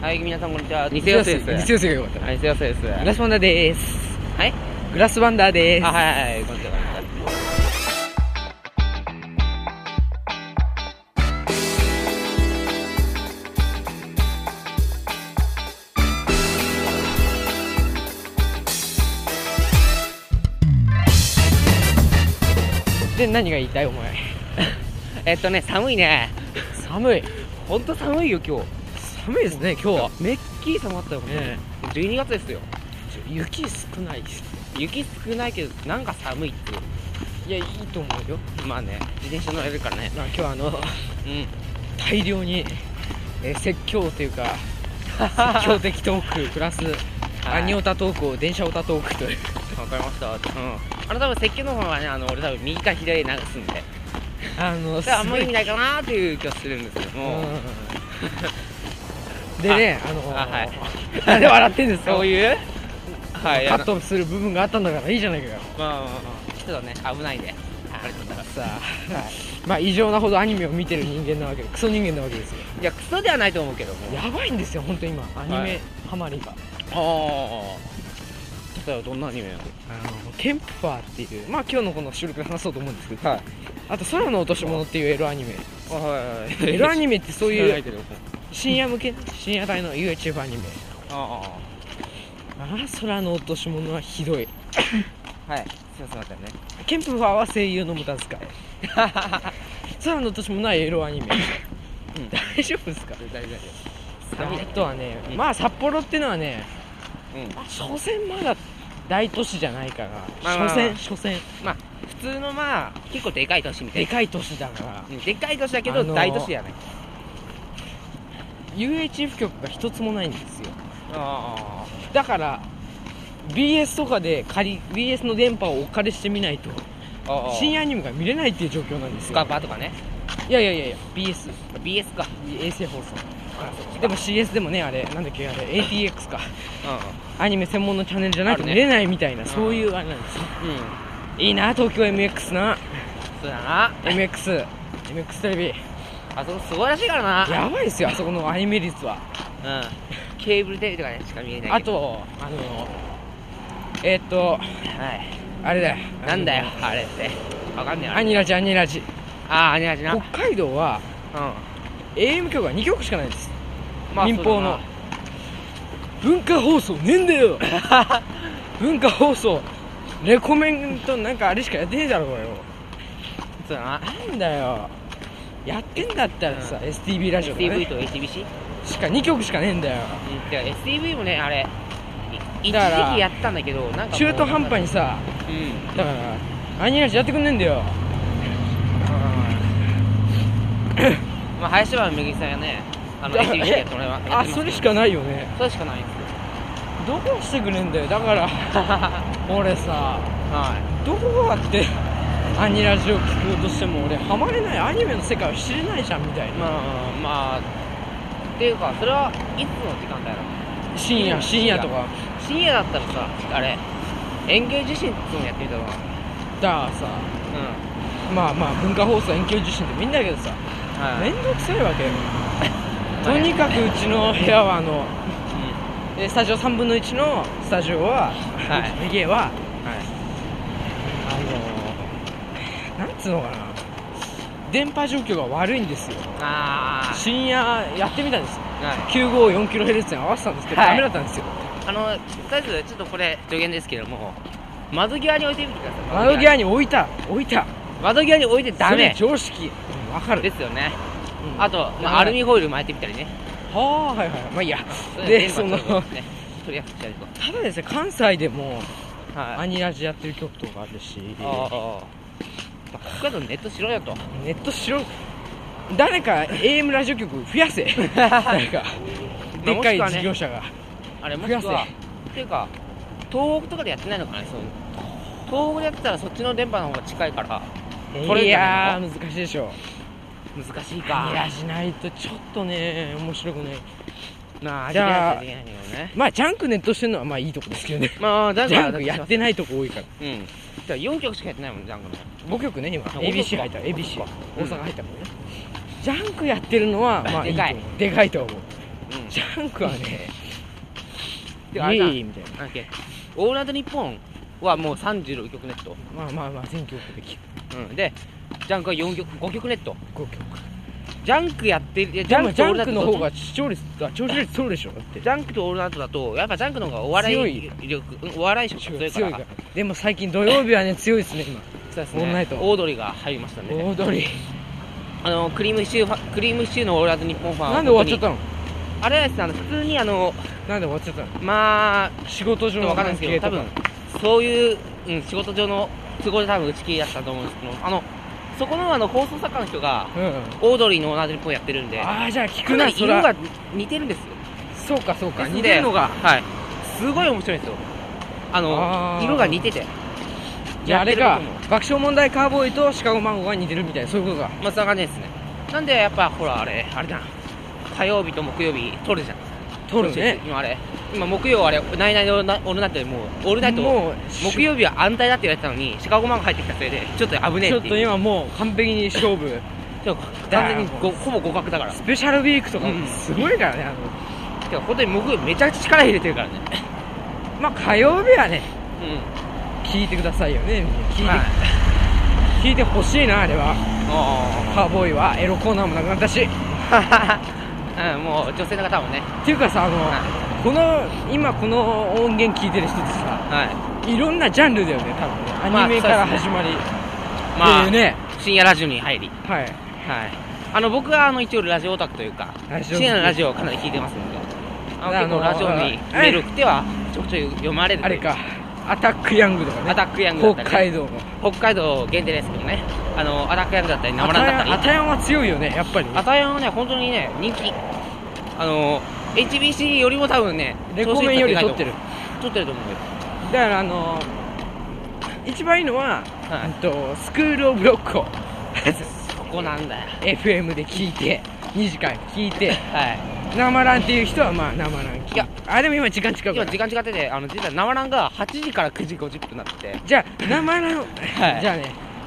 はい、皆さんこんにちは。偽ニセヨセです。偽寄せがよかったはい、ニセヨセです。グラスワンダーですはい。グラスワンダーですあ、はいはいはい、こんにちは。こんにちはで何が言いたいお前 えっとね、寒いね。寒いほんと寒いよ、今日。寒いですね今日はめっきり寒かったよ、これ。ね12月ですよ。雪少ないです雪少ないけど、なんか寒いっていいやいいと思うよう。まあね、自転車乗れるからね。まあ今日はあのうん。大量に、えー説教というか説教的トークプラ ス、はいアニオタトークを電車オタトークというわかりました。うん。あの、多分、説教の方はね、あの、俺多分右か左で流すんで。あのそれあんま意味ないかなーっていう気はするんですけども。うんでねあのーあはいなんで笑ってんですかそういうはい、カやットする部分があったんだからいいじゃないかよまあまあまあ、ちょっとね、危ないね。あれちょっとだからさあ、まあ異常なほどアニメを見てる人間なわけでクソ人間なわけですよいや、クソではないと思うけども。やばいんですよ本当今アニはいメハマりが、ああ。例えばどんなアニメやあのケンプファーっていうまあ今日のこの収録で話そうと思うんですけどはい。あと空の落とし物っていうエロアニメはいはい。エロアニメってそういうけど。深夜向け深夜帯の YouTube アニメあああ空の落とし物はひどいあ。はい。すいません、待って ね。ケンプファーは声優の無駄遣い空の落とし物はエロアニメうん。大丈夫ですか大丈夫。あとはねうんまあ札幌ってのはねうん。所詮まだ大都市じゃないから、まあまあまあ所詮所詮まあ、普通のまあ、結構でかい都市みたいでな。かい都市だからうんでかい都市だけあど、のー大都市やない。 UHF 局が一つもないんですよあだから BS とかで仮 BS の電波をお借りしてみないとあ深夜アニメが見れないっていう状況なんですスよカパーとかね。いやいやいやいや BS BS か。衛星放送ででも、も CS でもねあれなんだっけあれ ATX かうアニメ専門のチャンネルじゃないとあるね見れないみたいな、んそういうあれなんですよん。うん。いいな東京 MX なそうだな。 MXMX テレビあそこすごいらしいからな。やばいですよあそこのアニメ率はうん。ケーブルテレビとかね、しか見えないあけど。とあのえーっとはい。あれだよなんだよ、あれって。わかんねえアニラジアニラジあー、ありがちな。うん北。海道は AM 局が2局しかないんですまあ民放のそ文化放送ねえん だよ文化放送レコメントなんかあれしかやってねえだろうようだ な。なんだよやってんだったらさ、STB ラジオとか STV ねと HBC? しか2局しかねえんだようん。てか STV もね、あれ、い一時だから期やってたんだけど、なんか。中途半端に。さうん。だからアニラジやってくんねえんだよまあ、林原めぐみさんがね、あの、だ STV やってもらいます。あそれしかないよねそれしかないんですよ。どこしてくれんだよだからは俺さい。どこがあってアニラジオ聞こうとしても俺ハマれないアニメの世界を知れないじゃんみたいなまあ、まあ、っていうか、それはいつの時間だよ。深夜深夜とか深夜だったらさ、あれ、演芸受信っていうのやってみたら、だからさうん。まあまあ文化放送遠距離受信ってみんだけどさはい面倒くさい わけよまあとねにかくうちの部屋はあのうんえスタジオ3分の1のスタジオはは、いうちの家ははいあのなんつうのかな電波状況が悪いんですよあ深夜やってみたんですーはい954キロヘルツに合わせたんですけど、はいダメだったんですよあのとりあえずちょっとこれ助言ですけども窓際に置いてみてください窓際に置いた置いた窓際に置いてダメそれ常識うんわ、かるですよねうんあと、まあ、はアいルミホイル巻いてみたりねはあはいはいまあいいやそういでうそのの電波ちょうどね取りやすくしてやるとただですね関西でもはいアニラジやってる曲とかあるしあーまあ北海道ネットしろよとネットしろ誰か AM ラジオ局増や せ誰かでっかい事業者が、あれもしく増やはっていうか東北とかでやってないのかねそういうの東北でやってたらそっちの電波の方が近いから取れるんいじゃやー難しいでしょ難しいアニかラジないとちょっとね面白くないまああじれゃあやっちゃいけないよねまあジャンクネットしてるのはまあいいとこですけどねまあだジからャンクやってないとこ多いからうん。だから4曲しかやってないもん、ジャンゴの。 5曲ね今あ五 ABC 入っ曲たか ABC 五曲か大阪入ったもんねジャンクやってるのはまあいいでとかい思うでかいと思ううんジャンクはね、であれだイエーイみたいな。なんだっけオールナイトニッポンはもう36曲ネット、まあまあまあ、全曲できる。うん、でジャンクは4曲5曲ネット5曲。ジャンクやってるいやジャンクジとオールャナイントクの方が視聴率、あ、聴取率取るでしょだって。ジャンクとオールナイトだとやっぱジャンクの方がお笑い力うんお笑い色が強いから強いから。でも最近土曜日はね、強いですね、今。そうですオールナイねトオードリーが入りましたね大通り。あのクリームシチューファクリームシチューのオールナイトニッポンファンはなんで終わっちゃっ本たの当にあれはですねあの普通にあのなんで終わっちゃったのまあ仕事ちょっと上の分かんないんですけど多分そういう、うん、仕事上の都合で多分打ち切りだったと思うんですけどあのそこのあの放送作家の人が分。うん。オードリーのオーナー日本やってるんでああ、じゃあ聞かくなな、りそ色ら。が似てるんですよそうか、そうか。です似てるのが。はいすごい面白いんですよあのあー色が似ててじゃああれやっかてることも、爆笑問題カーボーイとシカゴマンゴーが似てるみたいな、そういうことか。まあそんな感じですねなんでやっぱほらあれあれだな火曜日と木曜日撮るじゃん撮るね。今あれ今木曜あれ「ナイナイのオールナオールナイト」でもうオールナイトもう、木曜日は安泰だって言われてたのにシカゴマンが入ってきたせいでちょっと危ねちえょっってという今もう完璧に勝負。ちょっと完全にごほぼ互角だからスペシャルウィークとかうんすごいからね、あの、てか本当に木曜日めちゃくちゃ力入れてるからねまあ火曜日はね、うん聞いてくださいよね、みんな聞いて、はい聞いてほしいな、あれは。 あカーボーイは、エロコーナーもなくなったし。っあ うんもう女性の方もねていうかさ、あの、はこの、今この音源聞いてる人ってさ、はいいろんなジャンルだよね、多分ね。まあアニメからそうです始まり。まあっていうね。深夜ラジオに入りはい。はいあの僕はあの一応ラジオオタクというかラジオ深夜のラジオをかなり聞いてますんであのあ結の構ラジオにメール送ってはちょくちょく読まれるあれか、アタックヤングとかね。アタックヤングだった北り海道の。北海道限定ですけどねあのアタックヤングだったり生ランだったりアタヤンは強いよね、やっぱり。アタヤンはね本当にね人気あの HBC よりも多分ねレコメンより取ってるる。取ってると思う よだからあのー、一番いいのは、はいうんとスクールオブロックをそこなんだよ FM で聞いて、2時間聞いて、はい生ランっていう人はまあ生ラン聞いいやあ、でも今時間近く今な時い。間違っててあの実は生ランが8時から9時50分になっててじゃあ、生ラン、はいじゃあね、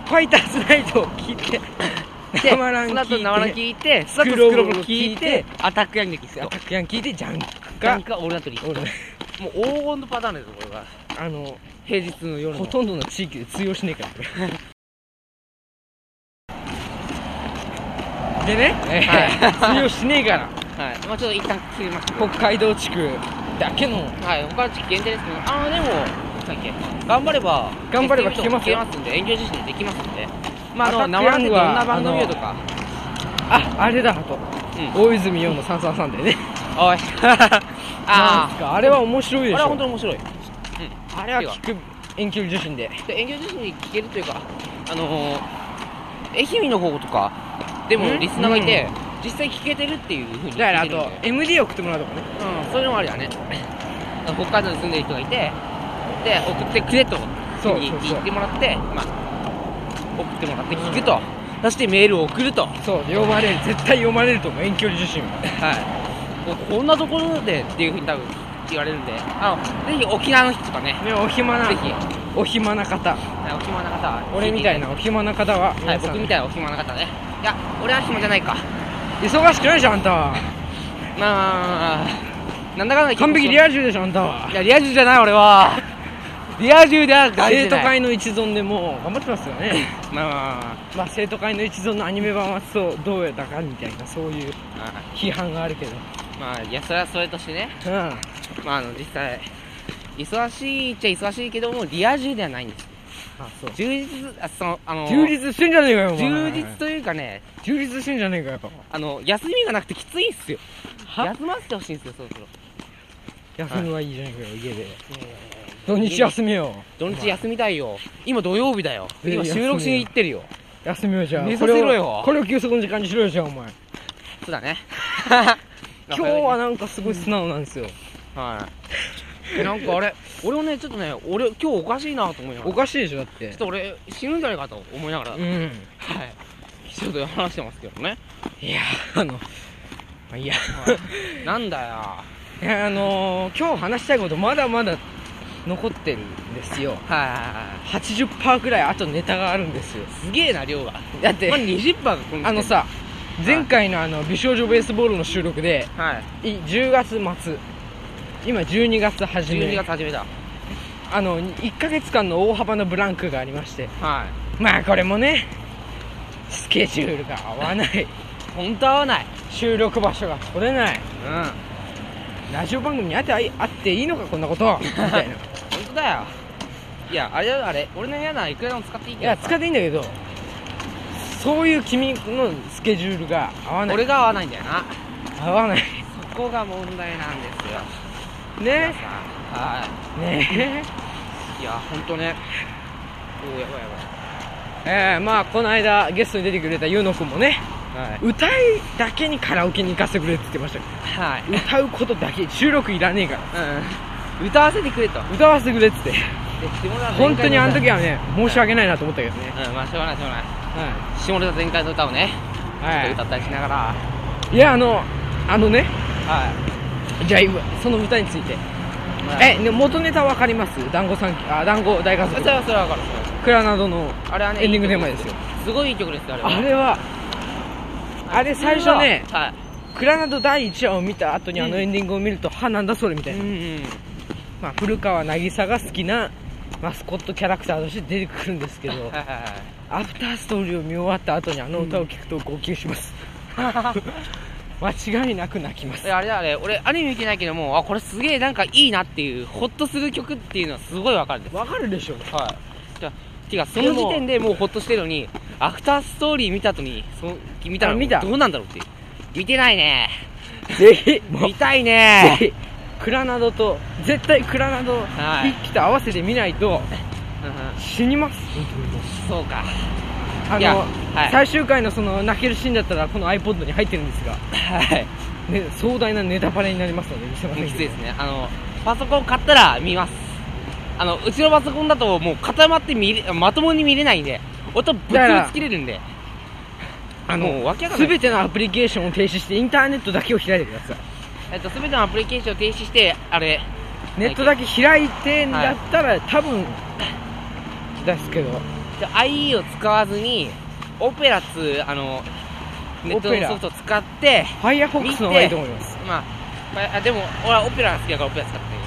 ファイターズナイトを聞いて、で生ランその後聞いて、生ラン聞いてスそクの後ロースルクロール聞いてアタックヤングですアよタックヤン聞いて、ジャンクガかン、かオールナイトニッポン俺、もう黄金のパターンですよこれがあの、平日の夜のほとんどの地域で通用しねえから。 でね、はい通用しねえから、はいまあちょっと一旦切りますけど北海道地区だけの、はい他の地域限定ですけどああでもなんだっけ頑張れば頑張れば聞けます STV とよか聞けますんで遠慮自身できますんでまああのアタッ生ランクでどんヤなングは番組よとかあ、あれだと、うん大泉洋の333でね。 おいなんすああか あれは面白あいでれしは本ょ。当に面白いあれは聞く遠距離受信で。で遠慮自身に聞けるというかあのー、愛媛の方とかでもうんリスナーがいて、実際聞けてるっていうふうに聞いてるんでだからあと、MD 送ってもらうとかね。うん、そういうのもあるよねあの北海道に住んでる人がいてで送ってくれとそうにそうそう言ってもらってまあ送ってもらって聞くと、そしてメールを送るとはそう、読まれる、絶対読まれると思う、遠距離受信は。いこんなところでっていうふうに多分言われるんであのぜひ沖縄の人とかねね、お暇なぜ、ひはいお暇な方、お暇な方は聞て俺みたいなお暇な方は、はい皆さん僕みたいなお暇な方ねいや俺は暇じゃないか忙しくないじゃん、あんたは。まあなんだかんだ完璧リアア充でしょあんたはいやリア充じゃない俺は リア充では感生じて徒ない会の一存でもう頑張ってますよね まあまあままあ生徒会の一存のアニメ版はそうどうやったかみたいなそういうあまあ批判があるけどまあいやそれはそれとしてねうんまああの実際忙しいっちゃ忙しいけどもリア充ではないんですあそう充実あそのあの充実してんじゃねえかよお充前実というかね充実してんじゃねえかよあの休みがなくてきついんすよは休ませてほしいんですよそろそろ休みはいいじゃねえかよ家で土日休めよ土日休みたいよ今土曜日だよえ今収録しに行ってるよ休めよじゃあ寝させろよこれをこれを休息の時間にしろよじゃあお前そう だね今日はなんかすごい素直なんですよはい。なんかあれ、俺もね、ちょっとね、俺、今日おかしいなと思いながおら、ちょかしいでしょだってっと俺、死ぬんじゃないかと思いながら、うはい。んちょっと話してますけどね。いやあのまあいいやはいなんだよ。いやあのー今日話したいことまだまだ残ってるんですよは80%くらいあとネタがあるんですよい。すげえな、量が。だってまあ、20%がこの時点であの、さ前回のあの美少女ベースボールの収録ではいい10月末今12月初め12月始めたあの1ヶ月間の大幅なブランクがありましてはいまあこれもねスケジュールが合わない本当合わない収録場所が取れないうん本ラジオ番組にあってあいあっていいのかこんなことみたいな当だよいやあれだよあれ俺の部屋ならいくらでも使っていいいけどやさ使っていいんだけどそういう君のスケジュールが合わない俺が合わないんだよな合わないそこが問題なんですよ皆ねさんはねいいや本当ねおおやばいやえー、まあこの間ゲストに出てくれたゆうのくんもねばいはい歌いだけにカラオケに行かせてくれって言ってましたよはい歌うことだけ収録いらねえからうん歌わせてくれと歌わせてくれって言って本当にあの時ははね申し訳ないなと思ったけどねうんまあしょうがないしょうがないは下ネタ全開の歌をね、ちょいっと歌はったりしながらいいやあのあのねはじゃあ今その歌についていえね元ネタわかります団子三兄あ団子大家そ族れはそれは分かるクラなどのあれはねエンディングテーマですよすごいいい曲ですよあれはあれはあれ最初ねはクラなど第1話を見た後にあのエンディングを見ると、はなんだそれみたいいな、んまあ、古川渚が好きなマスコットキャラクターとして出てくるんですけどはいはいはいアフターストーリーを見終わった後にあの歌を聴くと号泣します、間違いなく泣きますであれだあれ俺アニメ見てないけどもあこれすげえなんかいいなっていうホッとする曲っていうのはすごいわかるんですわかるでしょはいじゃてかその時点でもうホッとしてるのにアフターストーリー見た後にそ見たらあ見たどうなんだろうっていう見てないねぜひもう見たい ねぜひクラナドと絶対クラナドはい一気と合わせて見ないうとん死にますそうかあいやの、はい最終回のその泣けるシーンだったらこの iPod に入ってるんですが、はいね、壮大なネタバレになります ので見せませもうんきついけでどすねあのパソコン買ったら見ますあのうちのパソコンだともう固まって見れまともに見れないんで音ぶっだか潰らしきれるんであもうのわけわかんない全てのアプリケーションを停止してインターネットだけを開いてくださいえっと全てのアプリケーションを停止してあれネットだけ開いてんだったら、多分ですけどで IE を使わずにオペラっつうあのネットオペのラソフトを使って Firefox の方がいいと思います、まあまああでも俺はオペラが好きだからオペラ使ってる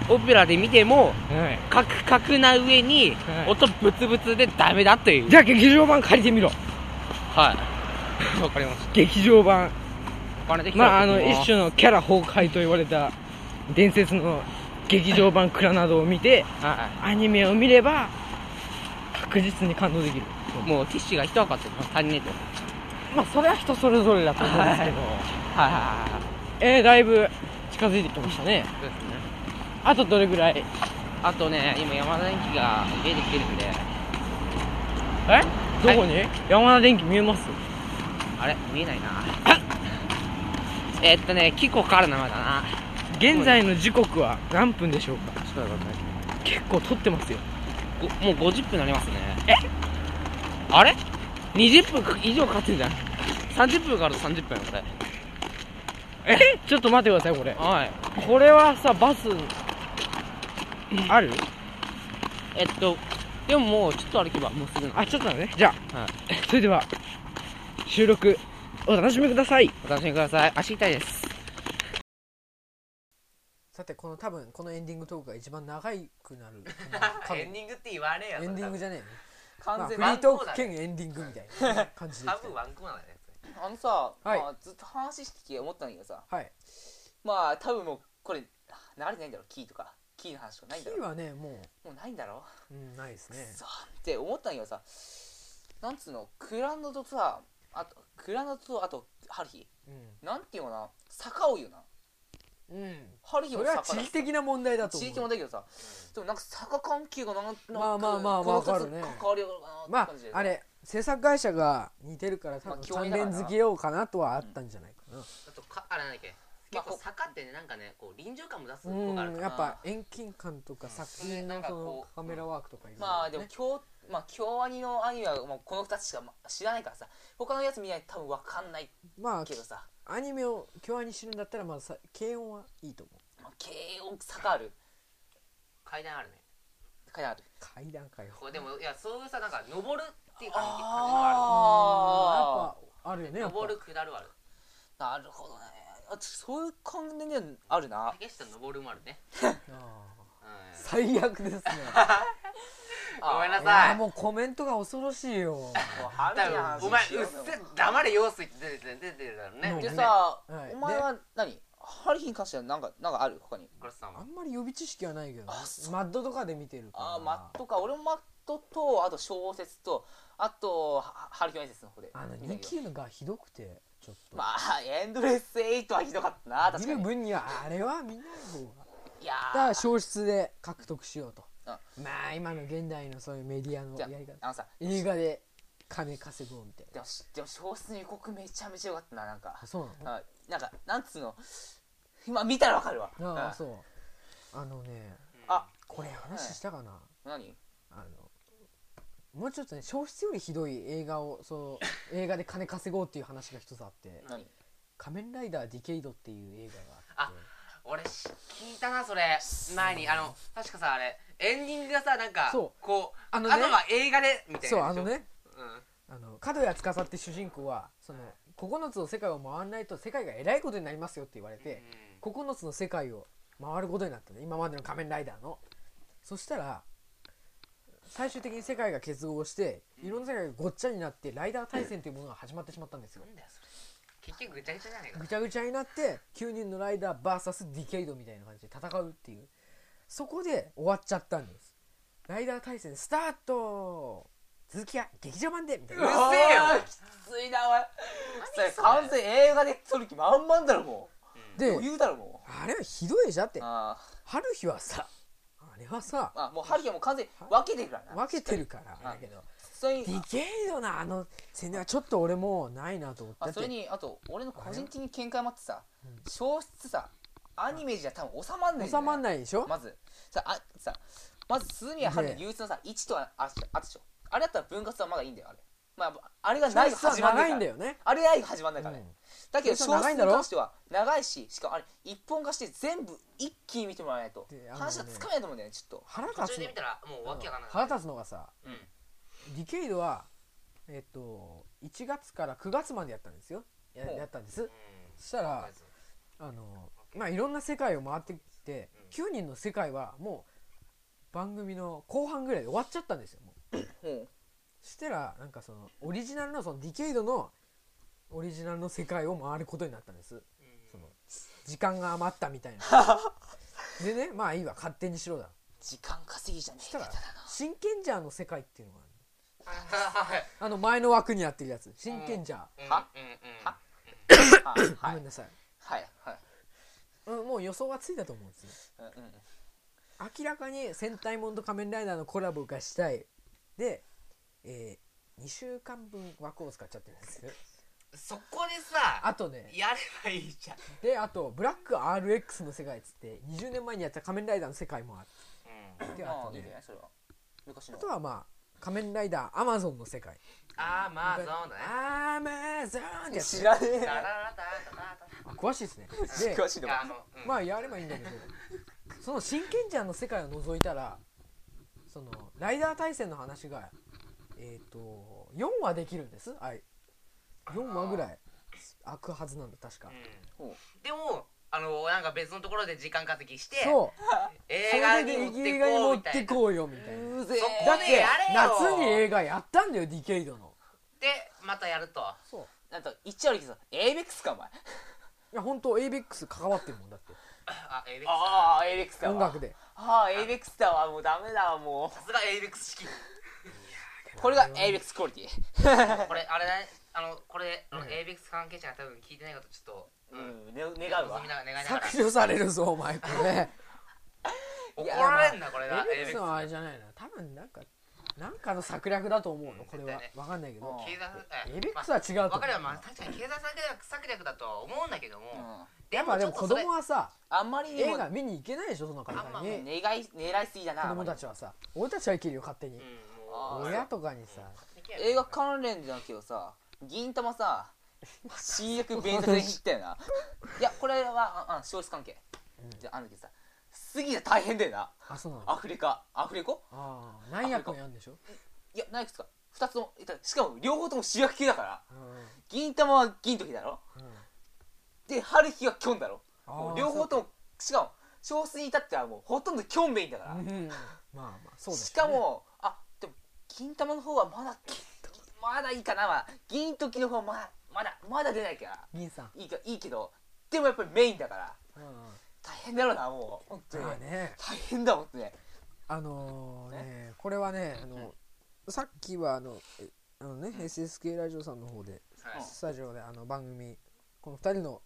けどもオペラで見てもはい、カクカクな上にはい音ブツブツでダメだというじゃあ劇場版借りてみろはい わかりまし劇場版たお金できたまらああの僕も一種のキャラ崩壊と言われた伝説の劇場版クラなどを見てはアニメを見れば確実に感動できるいもうティッシュが一箱あって足りねえとまあそれは人それぞれだと思うんですけはいはいど、はいえー、だいぶ近づいてきましたねそうですねあとどれぐらいあとね今山田電機が出てきてるんでえどこに、山田電機見えますあれ見えない なえっとねキコから生だな現在の時刻は何分でしょうかちょっと待結構撮ってますよってごもう50分になりますねえあれ20分以上かかってんじゃん30分から30分これえちょっと待ってくださいこれはいこれはさバスあるえっとでももうちょっと歩けばもうすぐなあちょっと待ってねじゃはいあそれでは収録お楽しみくださいお楽しみください足痛いですさてこの多分このエンディングトークが一番長くなるディングって言わねえ エンディングじゃねえよ、ま完あ、フリートーク兼エンディングみたいな感じでいきたいワンコーナーだねあのさ、はいまあ、ずっと話してきて思ったんだけどさはいまあ多分もうこれ流れてないんだろキーとかキーの話とかないんだろキーはねももうないんだろう、うん、ないですねさって思ったんだけどさなんつうのクランドとさあとクランドとあとハルヒなんていうのかな坂多いよなうん、うん、ハルヒそもれは坂地理的な問題だと地思う域もだけどさ、でもなんか坂関係がなんなんかまあまあまあこのわか二るつね関わりがあるかなってま感じでああれ制作会社が似てるから多ま分あ共演関だから連な付けようかなとはあったんじゃないかな、あとかあれなんだっけまあ結構坂ってねなんかねこう臨場感も出すうとこがあるんからやっぱ遠近感とか作品うのんなんかそこのうカメラワークとかいろいろねまあでも京まあ京アニのアニメはもうこの2つしかま知らないからさ他のやつ見ないと多分わかんないまけどさ、あアニメを共演に知るんだったらまあさ軽音はいいと思うまあ、慶応坂ある階段あるね階段ある階段かよこれでもいやそういうさなんか登るっていう感じ感じがあるあやっぱあるよねやっぱ登る下るはあるなるほどねあちそういう関連であるな竹下登るもあるね、あーうん、最悪ですねごめんなさいいやもうコメントが恐ろしいよ多多分お前うっせ黙れ用水って出てる出てるだろうねうんでねさ、はいお前は何ハリヒに関しては何かなんかある他に黒瀬さんあはんまり予備知識はないけどあそうマッドとかで見てるからあーマットか俺もマットとあと小説とあとはハリヒ面接の方であの見たけ2ど級のがひどくてちょっと、まあエンドレスエイトはひどかったな確見かるに分にはあれは見ない方がいやーだから消失で獲得しようとうんまあ今の現代のそういうメディアのじゃやあり方あのさ映画で金稼ごうみたいでもしでも小説の予告めちゃめちゃ良かったななんかなあそうなのあなんかなんつうの今見たらわかるわああうんそうあのねあこれ話したかな、何あのもうちょっとね消失よりひどい映画を そう映画で金稼ごうっていう話が一つあって何「仮面ライダーディケイド」っていう映画があって俺し聞いたなそれ前にあの確かさあれエンディングがさなんかそうこうああのの、ねは映画でみたいなそうあでしょのねうんあの角谷司って主人公はその9つの世界を回らないと世界がえらいことになりますよって言われて9つの世界を回ることになったね今までの仮面ライダーのそしたら最終的に世界が結合していろんな世界がごっちゃになってライダー対戦というものが始まってしまったんですようんなんだよそれ結局ぐちゃぐちゃじゃないかぐちゃぐちゃになって9人のライダー VS ディケイドみたいな感じで戦うっていうそこで終わっちゃったんですライダー対戦スタート続きは劇場版でみたいなうわっせえよあーきついなおいそれそれ完全に映画で撮る気満々だろもうで余裕だろもうあれはひどいじゃんってあ春日はさあれはさーあもうハリヒはもう完全に分けてるからな分けてるからあれだけどそれにディケイドなあの宣伝はちょっと俺もうないなと思ってだあっそれてにあと俺の個人的に見解もあってさ消失さアニメじゃ多分収まんないんだ収よねまんないでしょまずさあさまず鈴宮春の憂鬱のさ1とはああったでしょあれだったら分割はまだいいんだよあれまああれがないが消始失まはんないか長いらんだよねあれないが始まんないからね、うんだけど消失は消失長いんにだろ関しては長いししかもあれ一本化して全部一気に見てもらわないとであのね話がつかめないと思うんだよねちょっと腹途立中つでの見たらもうわけわかんない腹立つのがさうんディケイドはえっと1月から9月までやったんですよやほうやったんですうんそしたらあのまあいろんな世界を回ってきて9人の世界はもう番組の後半ぐらいで終わっちゃったんですよもううんそしたらなんかそのオリジナルのそのディケイドのオリジナルの世界を回ることになったんですその時間が余ったみたいなでねまあいいわ勝手にしろだ時間稼ぎじゃねそしえたら真剣ジャーの世界っていうのがあるはいあの前の枠にやってるやつ真剣ジャーはうんうんうんはかごはいはめいんなさいはいはいうん、もう予想はついたと思うんですようんうん明らかに戦隊もんと仮面ライダーのコラボがしたいで、え2週間分枠を使っちゃってるんですよそこでさあとねやればいいじゃんであとブラック RX の世界っつって20年前にやった仮面ライダーの世界もあうんってあまとあいいんじゃねないそれは昔あのとはまあ仮面ライダーアマゾンの世界あーまあそうだねアマゾンってやつ知らねダラえラダラダラダあ詳しいですねで 詳しいのラあかのうんまあやればいいんだけどその真剣ちゃんの世界を除いたらそのライダー対戦の話がえっ、と4話できるんですあい4話ぐらい開くはずなんだ確か、うほんでもあのなんか別のところで時間稼ぎしてそうそ映画れにで持って映画にこう持みったいてなこうよみたいなううぜえそこだっでてやれよ夏に映画やったんだよディケイドのでまたやるとそうなんと一応あるけどエイベックスかお前いや本当 ABEX 関わってるもんだってあエイベックああエイベックスだわ音楽でああエイベックスだわもうダメだわもスさすがエイベックス式うこれがエイベックスクオリティこれあれだねあのこれあのうんエイベックス関係者が多分聞いてないことちょっとうんね願うわ望みながら願いながら削除されるぞお前これ怒られんなこれなエイベ ABEX ックスのあれじゃないな多分なんかなんかの策略だと思うのこれ絶対はねわかんないけどうん経済策略エイベックスは違うと思うまあわかるよまあ確かに経済策略策略だとは思うんだけどもうんでまあでちょもっ子とそれ供はさあんまりに映も画見に行けないでしょその中あんまにね願い狙いすぎだな子供たちはさ俺たちは行けるよ勝手にうんあもうー親とかにさ映画関連だけどさ銀玉さ新役弁作で知ったよ ないやこれはああ消失関係、うんじゃああんだけどさ杉田大変だよなあそうなのアフレカアフレコああ何役もやるんでしょいやないくつか2つともいたしかも両方とも主役級だからう銀玉は銀時だろんうんで春日はキョンだろあーもう両方ともしかも少数に至ってはもうほとんどキョンメインだから、そうかうんまあまあそうだよねしかもあでも銀玉の方はまだ銀時まだいいかな、まあ、銀時の方はまだまだまだ出ないから銀さんいいかいいけどでもやっぱりメインだからうんうん大変だろうなもう本当に、まあね大変だもんねあのーねこれはねあのさっきはあのえあのね SSK ラジオさんの方ではいスタジオであの番組この2人の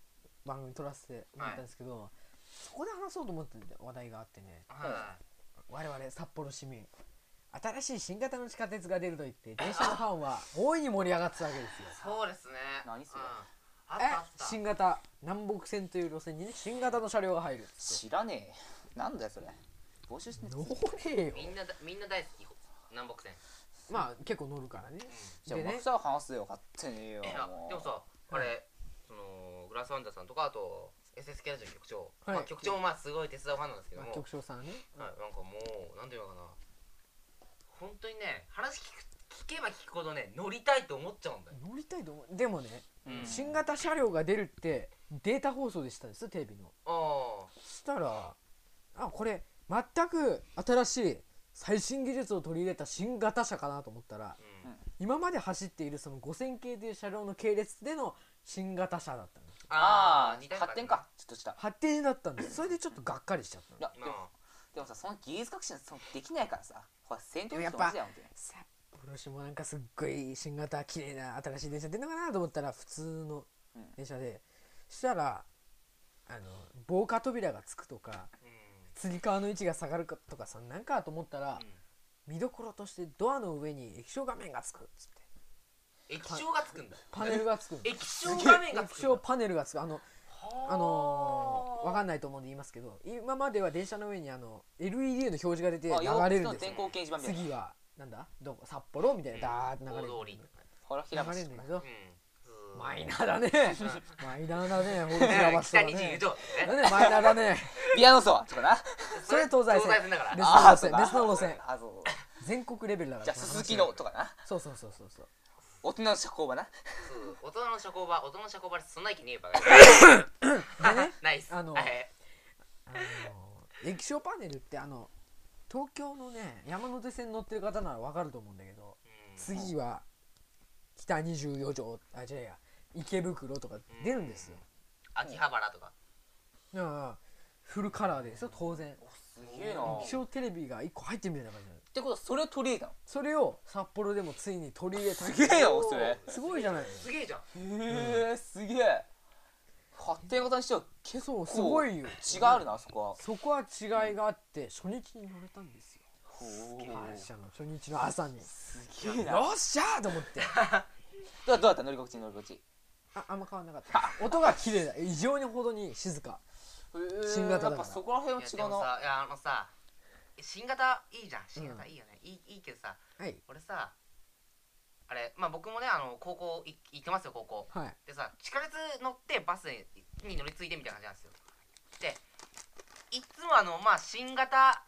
番組撮らせてもらったんですけど、そこで話そうと思ってた話題があってねは我々札幌市民新しい新型の地下鉄が出ると言って電車のファンは大いに盛り上がってたわけですよいそうですね何それうんあったあっえた新型南北線という路線にね新型の車両が入るっつって知らねえなんだよそれ募集してん乗のれよみんなだみんな大好き南北線まあ結構乗るからねじゃあでねマクサー話すよ勝手によいやでもさうんあれそのグラスワンダーさんとかあと SSK ラジオ局長はいまあ局長もまあすごい鉄道ファンなんですけどまもあ局長さんねはい、なんかもう、なんていうのかな。本当にね、話聞く、聞けば聞くほどね、乗りたいと思っちゃうんだよ。乗りたいと思うでもね、うん新型車両が出るってデータ放送でしたんですよテレビのあしたらあこれ全く新しい最新技術を取り入れた新型車かなと思ったらあ、ううんん。今まで走っているその5000系という車両の系列での新型車だったんですよあー似たあような発展かちょっとした発展だったんですそれでちょっとがっかりしちゃったのいやでまもあ、でもさその技術革新はそのできないからさほら戦闘でも機やっとぱ同じだよ本当に札幌市もなんかすっごい新型綺麗な新しい電車出るのかなと思ったら普通のうん電車でしたらあの防火扉がつくとかうん。つり革の位置が下がるかとかさなんかと思ったら、うん見どころとしてドアの上に液晶画面がつくっつって液晶がつくんだ。パネルがつくの液晶画面がつ液くん晶だ。パネルがつくあのあのーわかんないと思うんで言いますけど今までは電車の上にあの LED の表示が出てあ洋流れ服るんのですよ電光掲示板みたいな次はなんだどこ札幌みたいなダーッと流れ大る通り。ほらひら流まれしるんだけどうん。マイナーだねマイナーだねホルキラバス北だ にね十条。なんでマイナーだねビアノソワとかなそれ東西線東西線だから。でで別のそうか路線別の路線あそう全国レベルだからじゃあ鈴木のとかなそうそうそうそうそう大人の社交場な大人の社交場、大人の社交場でそんな駅ねえば。で ねナイス。あのはいあの液晶パネルってあの東京のね山手線乗ってる方ならわかると思うんだけどうん次は北24条あ違ういや池袋とか出るんですよ秋葉原とか。だからフルカラーですよ当然すげえなっ液晶テレビが1個入ってみたいな感じなのてことはそれを取り入れそれを札幌でもついに取り入れたたのすげえよそれへすごいじゃないすげえじゃん。えすげえ発展型にしては結そ構うすごい違ようあるなそこはそこは違いがあって初日に乗れたんですよほう感謝の初日の朝によすげえなどっしゃーと思ってうだどうだった乗り心地乗り心地ああんま変わんなかった音が綺麗だ異常にほどに静かへえ新型だからやっぱそこら辺いはや違でうもなさいやあのさ新型いいじゃん新型いいよね、いいいいけどさはい俺さあれまあ僕もねあの高校い行ってますよ高校はいでさ地下鉄乗ってバスにに乗り継いでみたいな感じなんですよでいつもあのまあ新型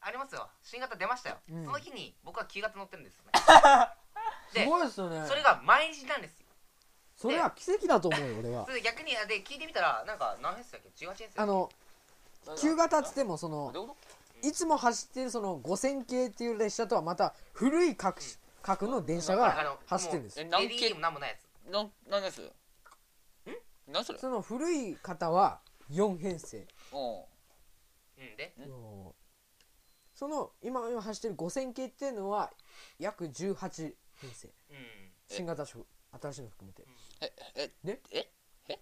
ありますよ新型出ましたよ、うんその日に僕は旧型乗ってるんですよすごいですよねねそれが毎日なんですよそれは奇跡だと思うよ俺はそれで逆にあで聞いてみたらなんか何編成だっけ18編成あの旧型っつってもそどうのいうこいつも走ってるその5000系っていう列車とはまた古い各し各の電車が走ってるんですえよ何 LED も何もないやとつなん何ですん何それその古い方は4編成うんうんでうんその今今走ってる5000系っていうのは約18編成うん新型車新しいの含めてええねえ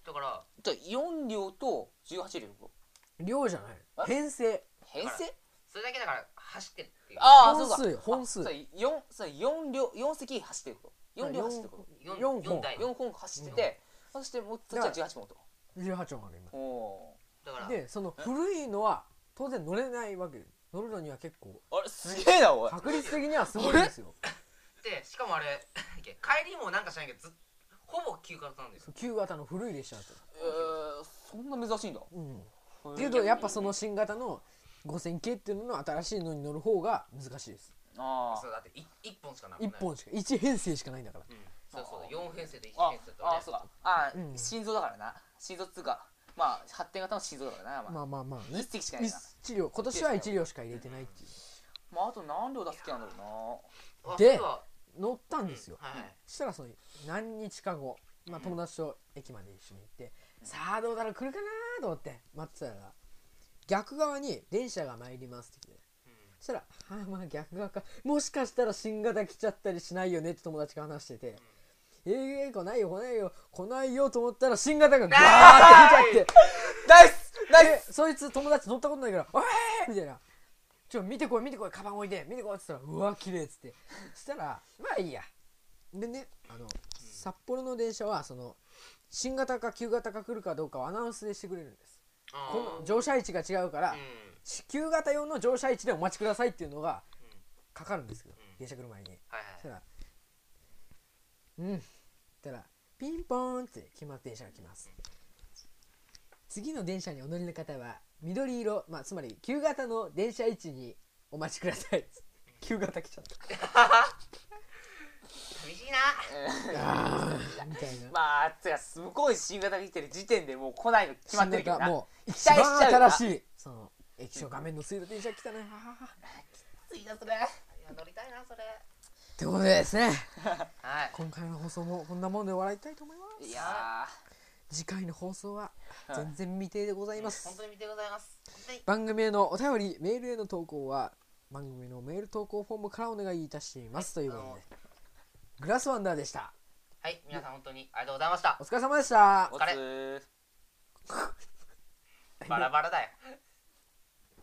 だからじゃあ4両と18両量じゃない編成編成それだけだから走ってるっていうああそう本か数本数あそう四そう四両四席走ってること四両走ってるこ四4四本台と四本走っててそしてもうそっちは18本と18本ある今おおだからでその古いのは当然乗れないわけで乗るのには結構ーあれすげえなおい確率的にはすごいんですよでしかもあれ 帰りもなんかしないけどずっほぼ休暇なんですそよう旧型の古い列車だと、えーそんな珍しいんだうん、へーけどやっぱその新型の5000系っていうのの新しいのに乗る方が難しいですあそうだってい一本しかなくない1本しか1編成しかないんだからうんそうそう四編成と一あ編成とああそうかあ、うん心臓だからな心臓っつうかまあ発展型の心臓だからな、まあまあまあまあね一滴しかないな1両今年は1両しか入れてないっていまああと何両出す気なんだろあでそうだう乗ったうんんですよはいはいそしたらその何日か後、まあ、友達と駅まで一緒に行って、さあどうだろう来るかなと思って待ってたら逆側に電車が参りますって来てうんそしたら「あーまあ逆側かもしかしたら新型来ちゃったりしないよね」って友達が話してて「ええー、来ないよ来ないよ来ないよ」と思ったら新型がガーって来ちゃってうなナイスナイでスそいつ友達乗ったことないから「おえー!」みたいな「ちょ見てこい見てこいカバン置いて見てこい」っつったら「うわ綺麗っつってそしたら「まあいいや」でねあの札幌の電車はその新型か旧型か来るかどうかをアナウンスでしてくれるんですあーこの乗車位置が違うから、うん旧型用の乗車位置でお待ちくださいっていうのがうんかかるんですけど、うん電車来る前にはいそしたはいら「うん」ったらピンポーンって決まって電車が来ます次の電車にお乗りの方は緑色、まあ、つまり旧型の電車位置にお待ちください旧型来ちゃった寂しいなあーみたいなまあつうか向こうに新型が来てる時点でもう来ないの決まってるけど新型なもう期待し一ちゃうよな番新しいその液晶画面の水路電車来たねはははついなそれいや乗りたいなそれってことでですねはい今回の放送もこんなもんで終わりたいと思いますいや次回の放送ははい全然未定でございま本す当に見てございます本当に番組へのお便りメールへの投稿は番組のメール投稿フォームからお願いいたしますということでグラスワンダーでしたはい皆さん本当にありがとうございましたお疲れ様でしたーお疲れつーバラバラだよ